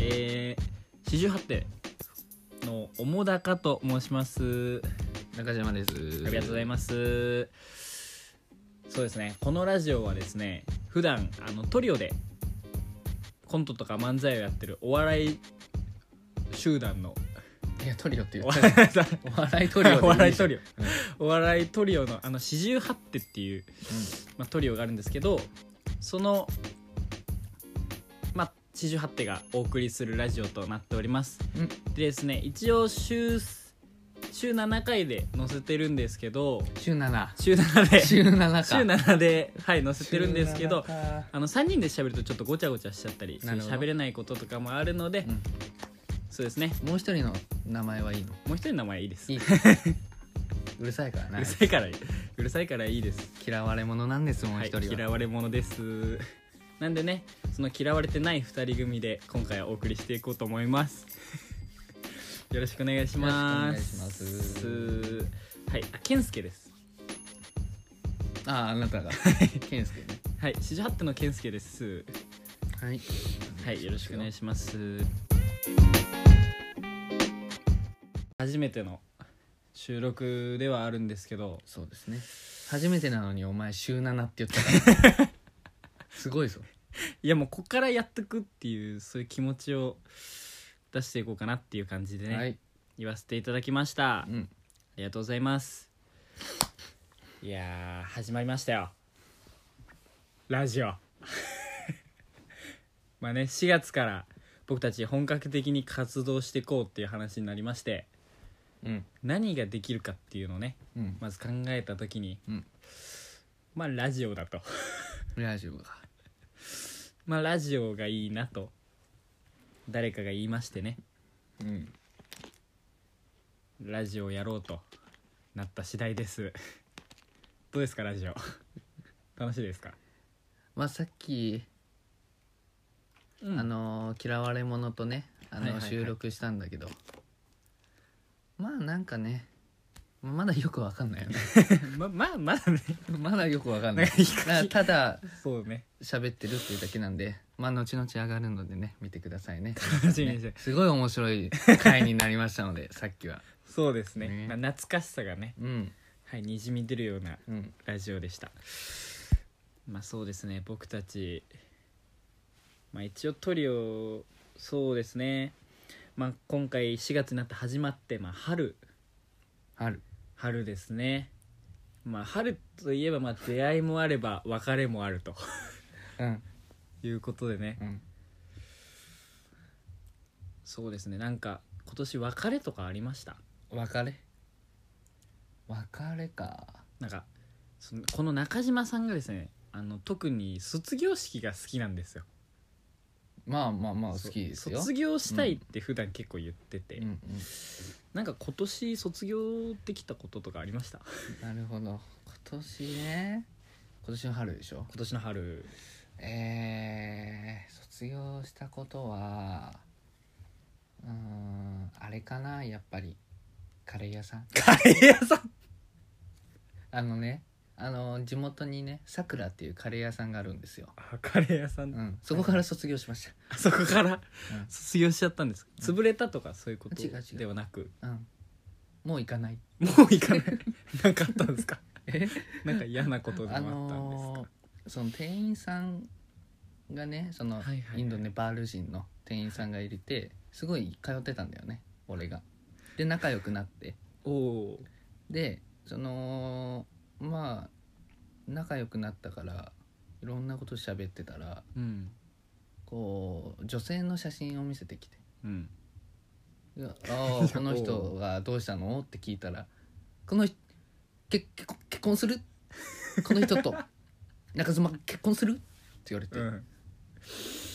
えー、四十八手の主高と申します。中島です。ありがとうございまます。そうですね。このラジオはですね、普段あのトリオでコントとか漫才をやってるお笑い集団 のす。いや、トリオってお言った笑よ。いさんお笑いトリオでいいじお 笑ゃん。いトリオうん。お笑いトリオのあの四十八手っていうまあ、トリオがあるんですけどその、まあ、四十八手がお送りするラジオとなっておりますうんでですね一応週週7回で載せてるんですけど週 七。週7で週週七か。 7ではい載せてるんですけど週七かあの3人で喋るとちょっとごちゃごちゃしちゃったりなるほど喋れないこととかもあるので、うんそうですねもう一人の名前はいいの。もう一人の名前いいですいい。 うるさいからうなる。さいからいいうるさいからいいです嫌われ者なんですもう一人は。はい、嫌われ者です なんでねその嫌われてない2人組で今回はお送りしていこうと思います よろしくお願いしますよろしくお願いしはいあ健介ですああ、あなたが。健介ね。はい四十八手の健介ですはい。はいよろしくお願いします初めての収録ではあるんですけどそうですね。初めてなのに、お前週七って言ったから。 すごいぞ。いやもうこっからやっとくっていうそういう気持ちを出していこうかなっていう感じでね、はい。言わせていただきましたうあん。りがとうございます。いやー、始まりましたよ。ラジオ。 まあね、4月から僕たち本格的に活動していこうっていう話になりまして、うん。何ができるかっていうのをね、うん。まず考えた時に、うんまあラジオだと。 ラジオが。まあラジオがいいなと、誰かが言いましてね、うん。ラジオをやろうとなった次第です。どうですか、ラジオ。 楽しいですかまあ、さっき。うんあのー嫌われ者とねあはいはいのはい収録したんだけど、まあなんかねまだよくわかんないよ ねままあまあねまだよくわかんない なんかいい感じなんかただそうね喋ってるっていうだけなんでまあ後々上がるのでね見てくださいね楽しみにしてねすごい面白い回になりましたの でさっきはそうですねねな懐かしさがねうんはいにじみ出るようなうんラジオでしたまあそうですね僕たちまあ一応トリオそうですねまあ今回4月になって始まってまあ春ある春ですねまあ春といえばまあ出会いもあれば別れもあるとうんいうことでねうんそうですねなんか今年別れとかありました別れ別れかなんかそのこの中島さんがですねあの特に卒業式が好きなんですよまあまあまあ好きですよそ卒業したいって普段結構言ってて、うんうんなんか今年卒業できたこととかありましたなるほど今年ね今年の春でしょ今年の春えー、卒業したことはうーんあれかなやっぱりカレー屋さんカレー屋さんあのねあの地元にねさくらっていうカレー屋さんがあるんですよ、あカレー屋さん、うん、そこから卒業しましあそこからうん卒業しちゃったんです、潰れたとかそういうこと違う違うではなくた、うん、もう行かないもう行か ないなんかあったんですかえなんか嫌なことでもああったんですか、のーその店員さんがねそはの、いはいはいインドネパール人の店員さんがいてすごい通ってたんだよね俺が。で仲良くなっておおーでそのまあ仲良くなったからいろんなこと喋ってたらうんこう女性の写真を見せてきてうん「あ あーこの人がどうしたの?」って聞いたら「この人け結婚結婚 するこの人と中妻が結婚する?」って言われて。うん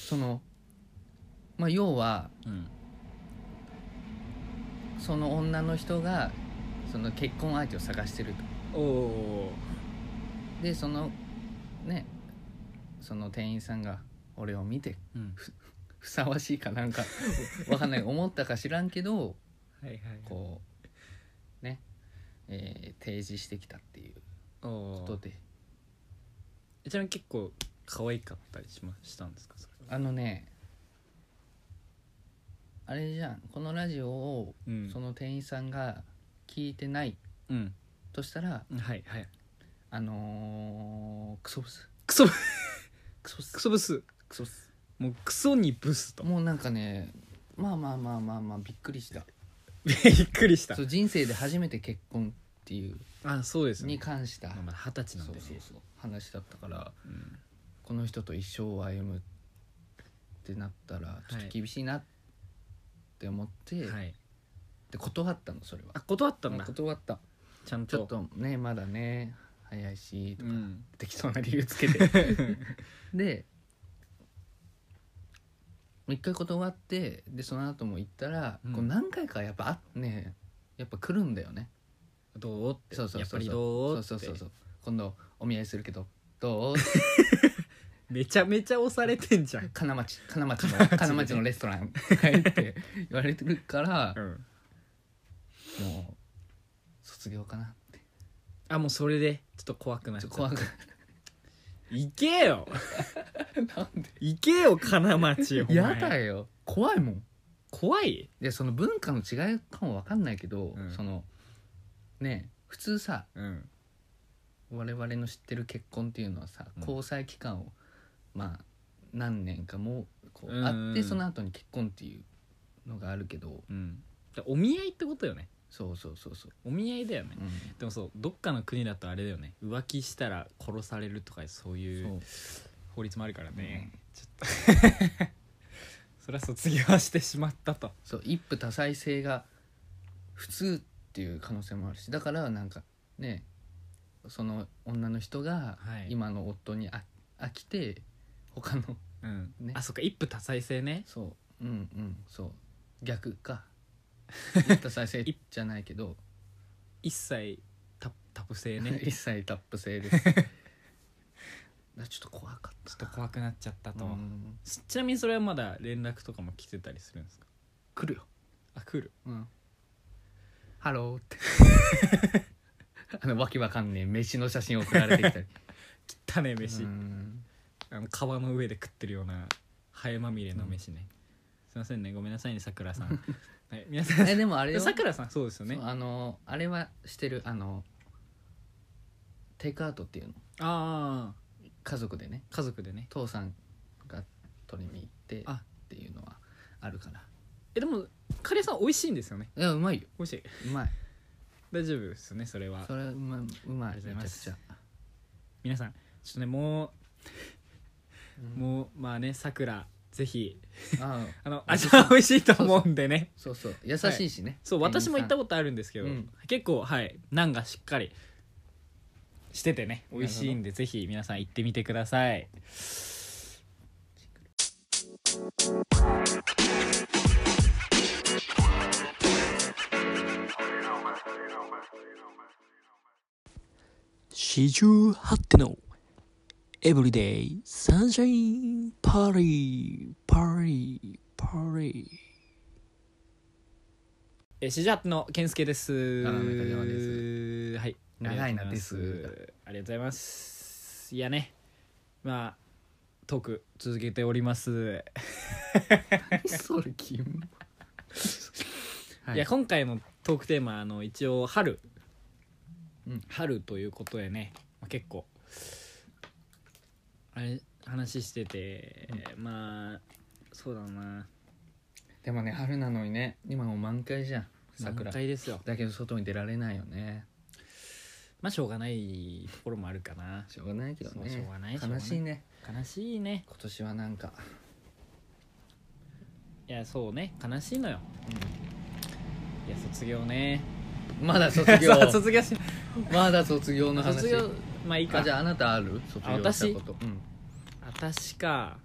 そのまあ要はうんその女の人がその結婚相手を探してるとおおでそのねその店員さんが俺を見てーうんふさわしいかなんかわかんない思ったか知らんけどはいはいこうね、えー提示してきたっていうおこおとでちなみに結構可愛かったりしましたんですかそれはあのねあれじゃんこのラジオをうんその店員さんが聞いてないうんとしたら、はいはいあのー、クソブスクソクソブスクソブスクソブスもうクソにブスともうなんかねまあまあまあまあまあびっくりした びっくりしたそう人生で初めて結婚っていうあそうですにね関した、まあまだ二十歳なんそうでねそうそう話だったからうんこの人と一生を歩むってなったらちょっと厳しいなって思って、はいで断ったのそれはあ断ったんだ断ったちゃんちとょっとねまだね早いしうん適当な理由つけ てで一回断ってでその後も行ったら、うんこう何回かやっぱあねやっぱ来るんだよね どうってそうそうそうそうやっぱりどうってそうそうそうそう今度お見合いするけどどうめちゃめちゃ押されてんじゃ ん金町金町の金町のレストランはいって言われてるからう、んもう卒業かなってあもうそれでちょっと怖くなっちちょゃっっと怖たく行けよ なんで行けよ金町お前 やだよ怖いもん怖いでその文化の違いかも分かんないけど、うんそのねえ普通さうん我々の知ってる結婚っていうのはさ、うん交際期間をまあ何年かもこううんうんあってその後に結婚っていうのがあるけどうんお見合いってことよねそうそうそうそう、お見合いだよねうんでもそうどっかの国だとあれだよね浮気したら殺されるとかそういう法律もあるからね、ちょっと それは卒業はしてしまったとそうそう一夫多妻制が普通っていう可能性もあるしだからなんかねその女の人がはい今の夫にあ飽きて他のうん、ねあそっか一夫多妻制ねそううんうんそう逆か言っ た再生じゃないけど、一切タタプ制ね一切タップ制です だからちょっと怖かっちょったと怖くなっちゃったと、うんすちなみにそれはまだ連絡とかも来てたりするんですか来るよ、あ来るうん、ハローって あのわけわかんねえ飯の写真送られてきたり汚ねえ 飯、うん あの川の上で食ってるようなハエまみれの飯ね、すいませんねごめんなさいねさくらさん、 はい、皆さんえでもあれよさくらさんそうですよねそうあのあれはしてるあのテイクアウトっていうのああ家族でね家族でね父さんが取りに行ってあっていうのはあるからえでもカレーさん美味しいんですよねいやうまいよ美味しいうまい大丈夫ですよねそれはそれうまいうまありいがとうございめちまゃくすちゃ、皆さんちょっとねもううんもうまあねさくらぜひああのお味すすめは美味しいと思うんでねそうそう優しいしね、そう私も行ったこことあるんですけど、うん結構はいナンがしっかりしててね美味しいんでぜひ皆さん行ってみてください四十八手のエブリデイサンシャインパーリーパーリーパーリーえシジャットの健介ですあ中島ですはい長いなですありがとうございますいやねまあトーク続けております、それキモ い、や今回のトークテーマあの一応春、うん春ということでね、まあ、結構あれ話してて、まあそうだなでもね春なのにね今もう満開じゃん満桜開ですよだけど外に出られないよねまあしょうがないところもあるかなしょうがないけどそうねしょうがない悲しいね悲しいね今年はなんか、いやそうね悲しいのよいや卒業 ねまだ卒業そう 卒業しまだ卒業の話卒業まあいいかあじゃああなたある卒業したことうん私か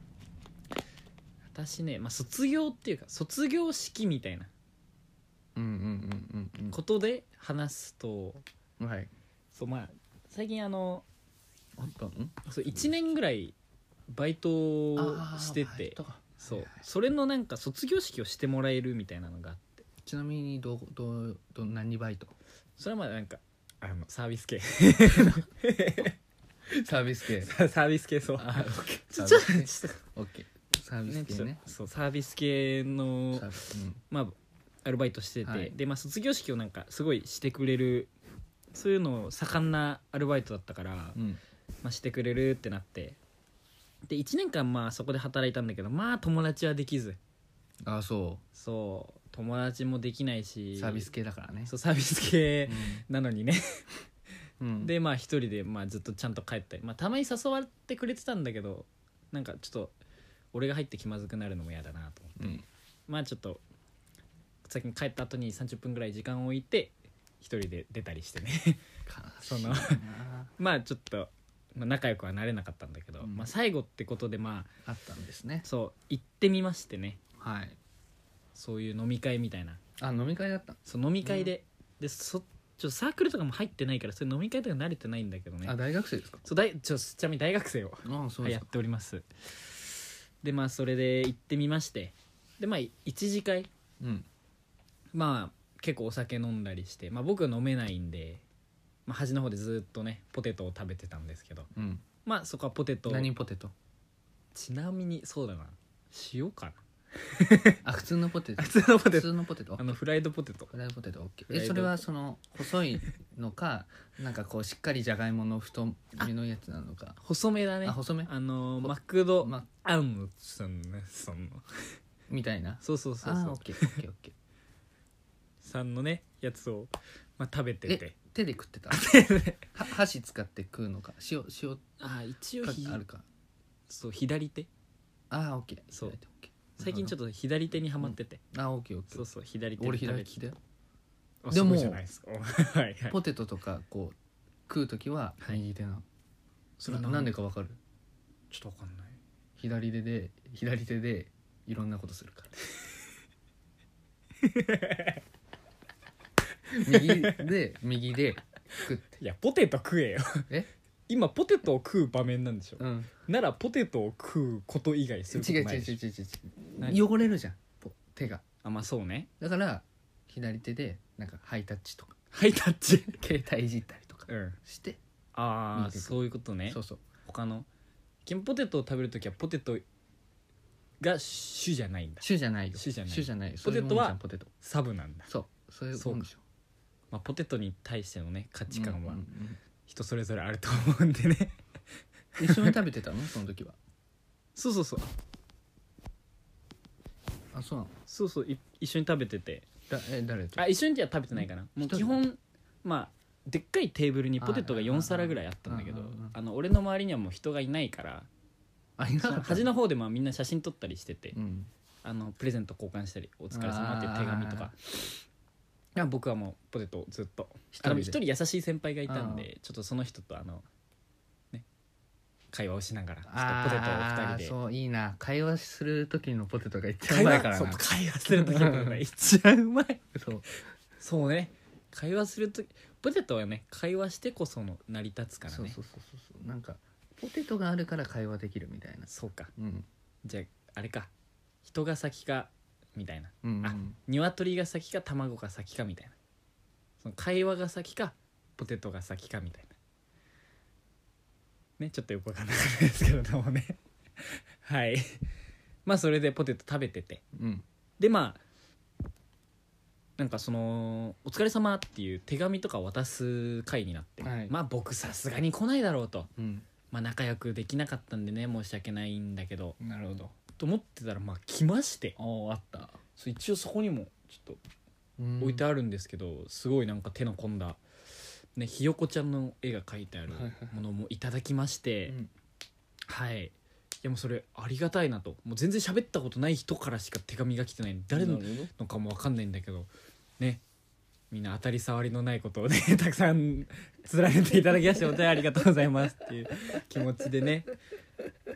私ね、まあ、卒業っていうか卒業式みたいなうんうんうんうんことで話すとうんはいそうまあ最近あのあったのそう1年ぐらいバイトをしてあーバイてトかそうはいはいそれのなんか卒業式をしてもらえるみたいなのがあってちなみにどうどうどう何バイトそれはまあなんかあのサービス系サービス 系サービス系そうあオッケーちょサちょービスちょ系オッケーサービス系ねちょそうサービス系のサービスうんまあ、アルバイトしてて、はいで、まあ、卒業式をなんかすごいしてくれるそういうのを盛んなアルバイトだったから、うんまあ、してくれるってなってで1年間まあそこで働いたんだけどまあ友達はできずああそそう友達もできないうしサービス系だからねそうサービス系なのにね、うんうんでまあ一人でまあずっとちゃんと帰ったり、まあ、たまに誘われてくれてたんだけどなんかちょっと俺が入って気まずくなるのも嫌だなと思って。うんまあちょっと先に帰った後に30分ぐらい時間を置いて一人で出たりしてね 悲しいなそまあちょっと、まあ、仲良くはなれなかったんだけど、うんまあ最後ってことでまああったんですねそう行ってみましてねはいそういう飲み会みたいなあ飲み会だったそう飲み会で、でそちょサークルとかも入ってないからそれ飲み会とか慣れてないんだけどねあ大学生ですかそうだいちょちなみに大学生をああそうはいでやすっかておりますでまあそれで行ってみましてでまあ一次会うんまあ結構お酒飲んだりして、まあ、僕は飲めないんで、まあ、端の方でずっとねポテトを食べてたんですけどうんまあそこはポテトを何ポテトちなみにそうだな塩かあ 普通のポテトな普通のポテ普ト通のポテトあのフライドポテトフライドポテト OK フライドえそれはその細いのか なんかこうしっかりじゃがいもの太めのやつなのか細めだねあ細めあのーほマクドまアンさんねさんのみたいなそうそうそうあそうオッケーオッケーオッケーさんのねやつを、まあ、食べてえて手で食ってたは箸使って食うのか塩塩あ一応かひあるかそう左手あオッケーそう開いてオッケー最近ちょっと左手にはまってて、あオッケーオッケそうーそう左手俺で食べ左利きてだよあでもそうじゃないですか はいはいポテトとかこう食う時ははい右手なのそれはな何なんでかわかるちょっとわかんない左手で左手でいろんなことするから 右で右で食っていやポテト食えよえ 今ポテトを食う場面なんでしょうんならポテトを食うこと以外す違るうことな違ういでし違ょう違う違う何汚れるじゃんぽ手があまあそうねだから左手でなんかハイタッチとかハイタッチ携帯いじったりとか うんしてああ見てくそういうことねそうそう他の金ポテトを食べるときはポテトが主じゃないんだ主じゃないよ主じゃない主じゃないポテトはそういうもんじゃんポテトサブなんだ、そうそういうもんでしょまあ、ポテトに対してのね価値観はうんうん人それぞれあると思うんでね、うん一緒に食べてたのその時は そうそうそうあそうなのそうそうい一緒に食べててだえ誰とあ一緒にじゃ食べてないかな、もう基本まあでっかいテーブルにポテトがあーあーあ4ー皿ぐらいあったんだけどあーあーあーあの俺の周りにはもう人がいない からあいなそかのった端の方でまあみんな写真撮ったりしててうんあのプレゼント交換したり「お疲れ様」っていう手紙とかあーいや僕はもうポテトをずっと一人あでの一人優しい先輩がいたんでちょっとその人とあのね会話をしながらちょっとポテトを2人であーそういいな会話する時のポテトが一番会うまいか話らそなう会話する時のが一番うまいそうそうね会話するとポテトはね会話してこその成り立つからねそそううそうそうそうそうなんかポテトがあるから会話できるみたいなかうんじゃああれか人が先かみたいなうんうんあ鶏が先か卵が先かみたいなその会話が先かポテトが先かみたいなねちょっとよくわかんなかったですけれどもね はいまあそれでポテト食べててうんでまあなんかその「お疲れ様っていう手紙とか渡す回になって、はいまあ僕さすがに来ないだろうと、うんまあ、仲良くできなかったんでね申し訳ないんだけどなるほどと思ってたらまあ来ましておあったそう一応そこにもちょっうんと置いてあるんですけど、すごいなんか手の込んだ、ね、ひよこちゃんの絵が描いてあるはいはいものもいただきまして、うんはいいやもうそれありがたいなともう全然喋ったことない人からしか手紙が来てない誰のなるほどのかもわかんないんだけどねみんな当たり障りのないことをね たくさん連ねていただきまして本当にありがとうございますっていう気持ちでね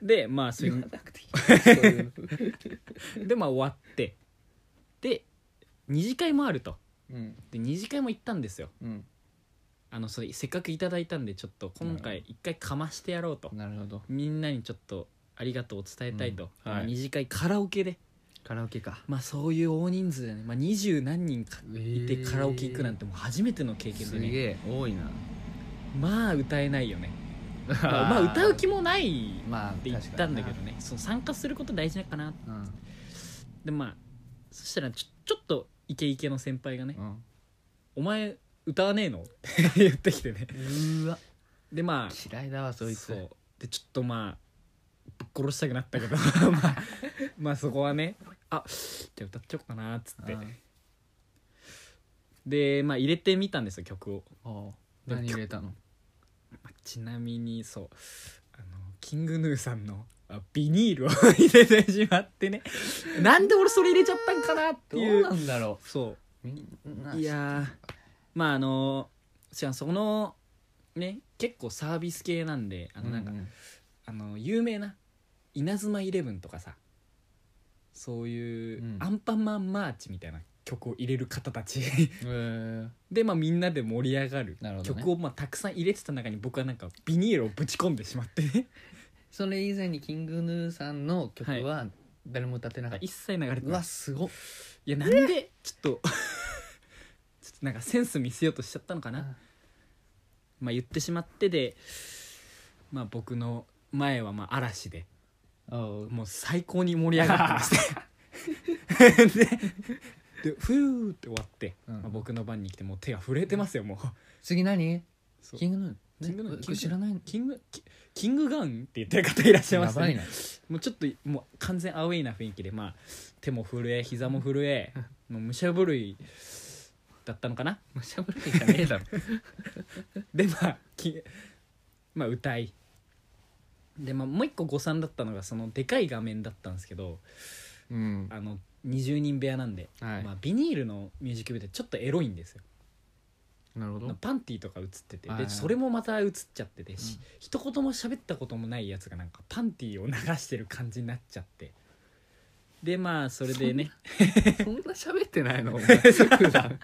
でまあそれ 言わなくていいそういうでまあ終わってで二次会もあるとのうんで二次会も行ったんですようんあのそれせっかくいただいたんでちょっと今回一回かましてやろうとなるほどみんなにちょっとありがとうを伝えたいと、うんはい二次会カラオケでカラオケかまあそういう大人数でね、まあ、20何人かいてえーカラオケ行くなんてもう初めての経験ですねげえ多いなまあ歌えないよねまあまあ歌う気もないまあって言ったんだけどねその参加すること大事なのかな確かになでまあそしたらちょちょっとイケイケの先輩がねうん「お前歌わねえの?」って 言ってきてねうんうわでまあ嫌いだわそいつうでちょっとまあぶっ殺したくなったけ どまあまあそこはねあじゃあ歌っちゃおうかなっつってうんでまあ入れてみたんですよ曲を、おう何入れたのまあちなみにそうあのキングヌーさんのあビニールを 入れてしまって ねなんで俺それ入れちゃったんかなってどいううなんだろそううみんないやーまああのしかもそのね結構サービス系なんでああのなんか、うんあの有名な「稲妻イレブン」とかさそういう、うんアンパンマンマーチみたいな曲を入れる方たち えで、まあ、みんなで盛り上がるなるほどね曲を、まあ、たくさん入れてた中に僕はなんかビニールをぶち込んでしまって ねそれ以前にキングヌーさんの曲は誰も歌ってなかった一切流れてうなわいすごっいやなんでちょっと ちょっとなんかセンス見せようとしちゃったのかな、まあ、言ってしまってで、まあ、僕の前はまあ嵐でおうもう最高に盛り上がってまして ででふーって終わって、うんまあ、僕の番に来てもう手が震えてますよもう次何そうキングヌーキングヌーねキングヌー知らないのキングキキングガンって言ってる方いらっしゃいまやすばいねなもうちょっともう完全アウェイな雰囲気で、まあ、手も震え膝も震えもう武者震いだったのかなむしゃぶりじゃねえだろでまあきまあ歌いで、まあ、もう一個誤算だったのがそのでかい画面だったんですけどうんあの20人部屋なんで、はいまあ、ビニールのミュージックビデオちょっとエロいんですよなるほどパンティーとか映っててはいではいそれもまた映っちゃっててし、うん一言も喋ったこともないやつがなんかパンティーを流してる感じになっちゃってでまあそれでねそんな喋ってないの お前普段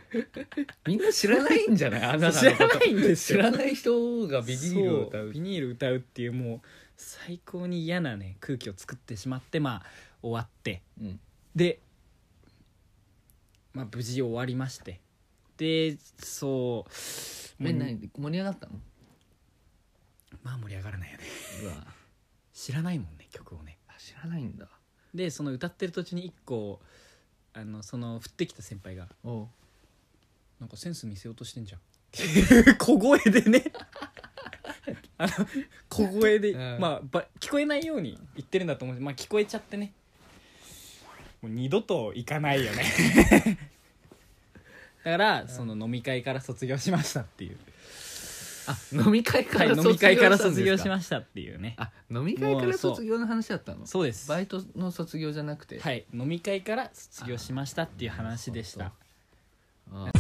みんな知らないんじゃないあなたのこ知らとないんですよ知らない人がビニールを歌そうビニール歌うっていうもう最高に嫌なね空気を作ってしまってまあ終わってうんで、まあ、無事終わりましてでそうえもう何盛り上がったのまあ盛り上がらないよねうわ知らないもんね曲をねあ知らないんだでその歌ってる途中に一個あのその降ってきた先輩がおう「なんかセンス見せようとしてんじゃん」っていう 小声でね あの小声で、うんまあば聞こえないように言ってるんだと思うしまあ聞こえちゃってねもう二度と行かないよね だからその飲み会から卒業しましたっていう、あ飲み会かはい、ら飲み会から卒業したんですしかましたっていうねあ飲み会かもうらそう卒業の話だったのそうですバイトの卒業じゃなくてはい飲み会から卒業しましたっていう話でしあたあ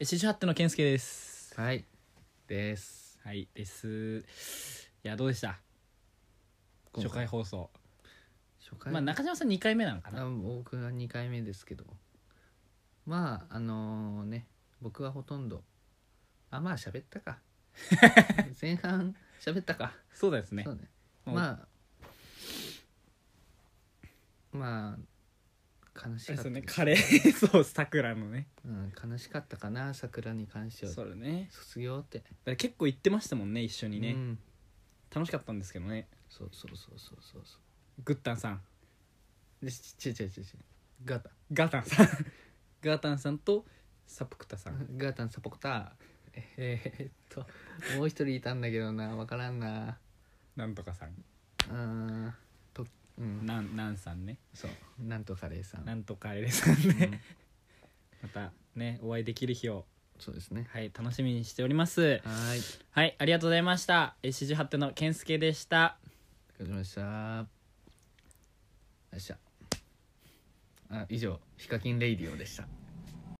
え四十八手の健介ですはいですはいですいやどうでした今初回回放送、初回まあ中島さん2回目なのかなあ僕は2回目ですけどまああのね僕はほとんどあまあ喋っ たか前半喋ったかそうですねそうねまあまあまあ悲しあれそかったうねカレー そうさくらのねうん、悲しかったかな桜に関してはそうだね卒業ってだから結構行ってましたもんね一緒にね、うん、楽しかったんですけどねそうそうそうそうそうそグッタンさんうでちちちちちちガタガータンさんガータンさんとサプクタさんガータン サポクターえー、っともう一人いたんだけどなわからんななんとかさんうーんとうんなんなんさんねそうなんとカレーさんなんとかエレさんね、うんまたねお会いできる日をそうですねはい楽しみにしておりますはーいはいありがとうございましたえ四十八手の健介でしたお疲れ様でしたよっしゃあ以上ヒカキンレイディオでした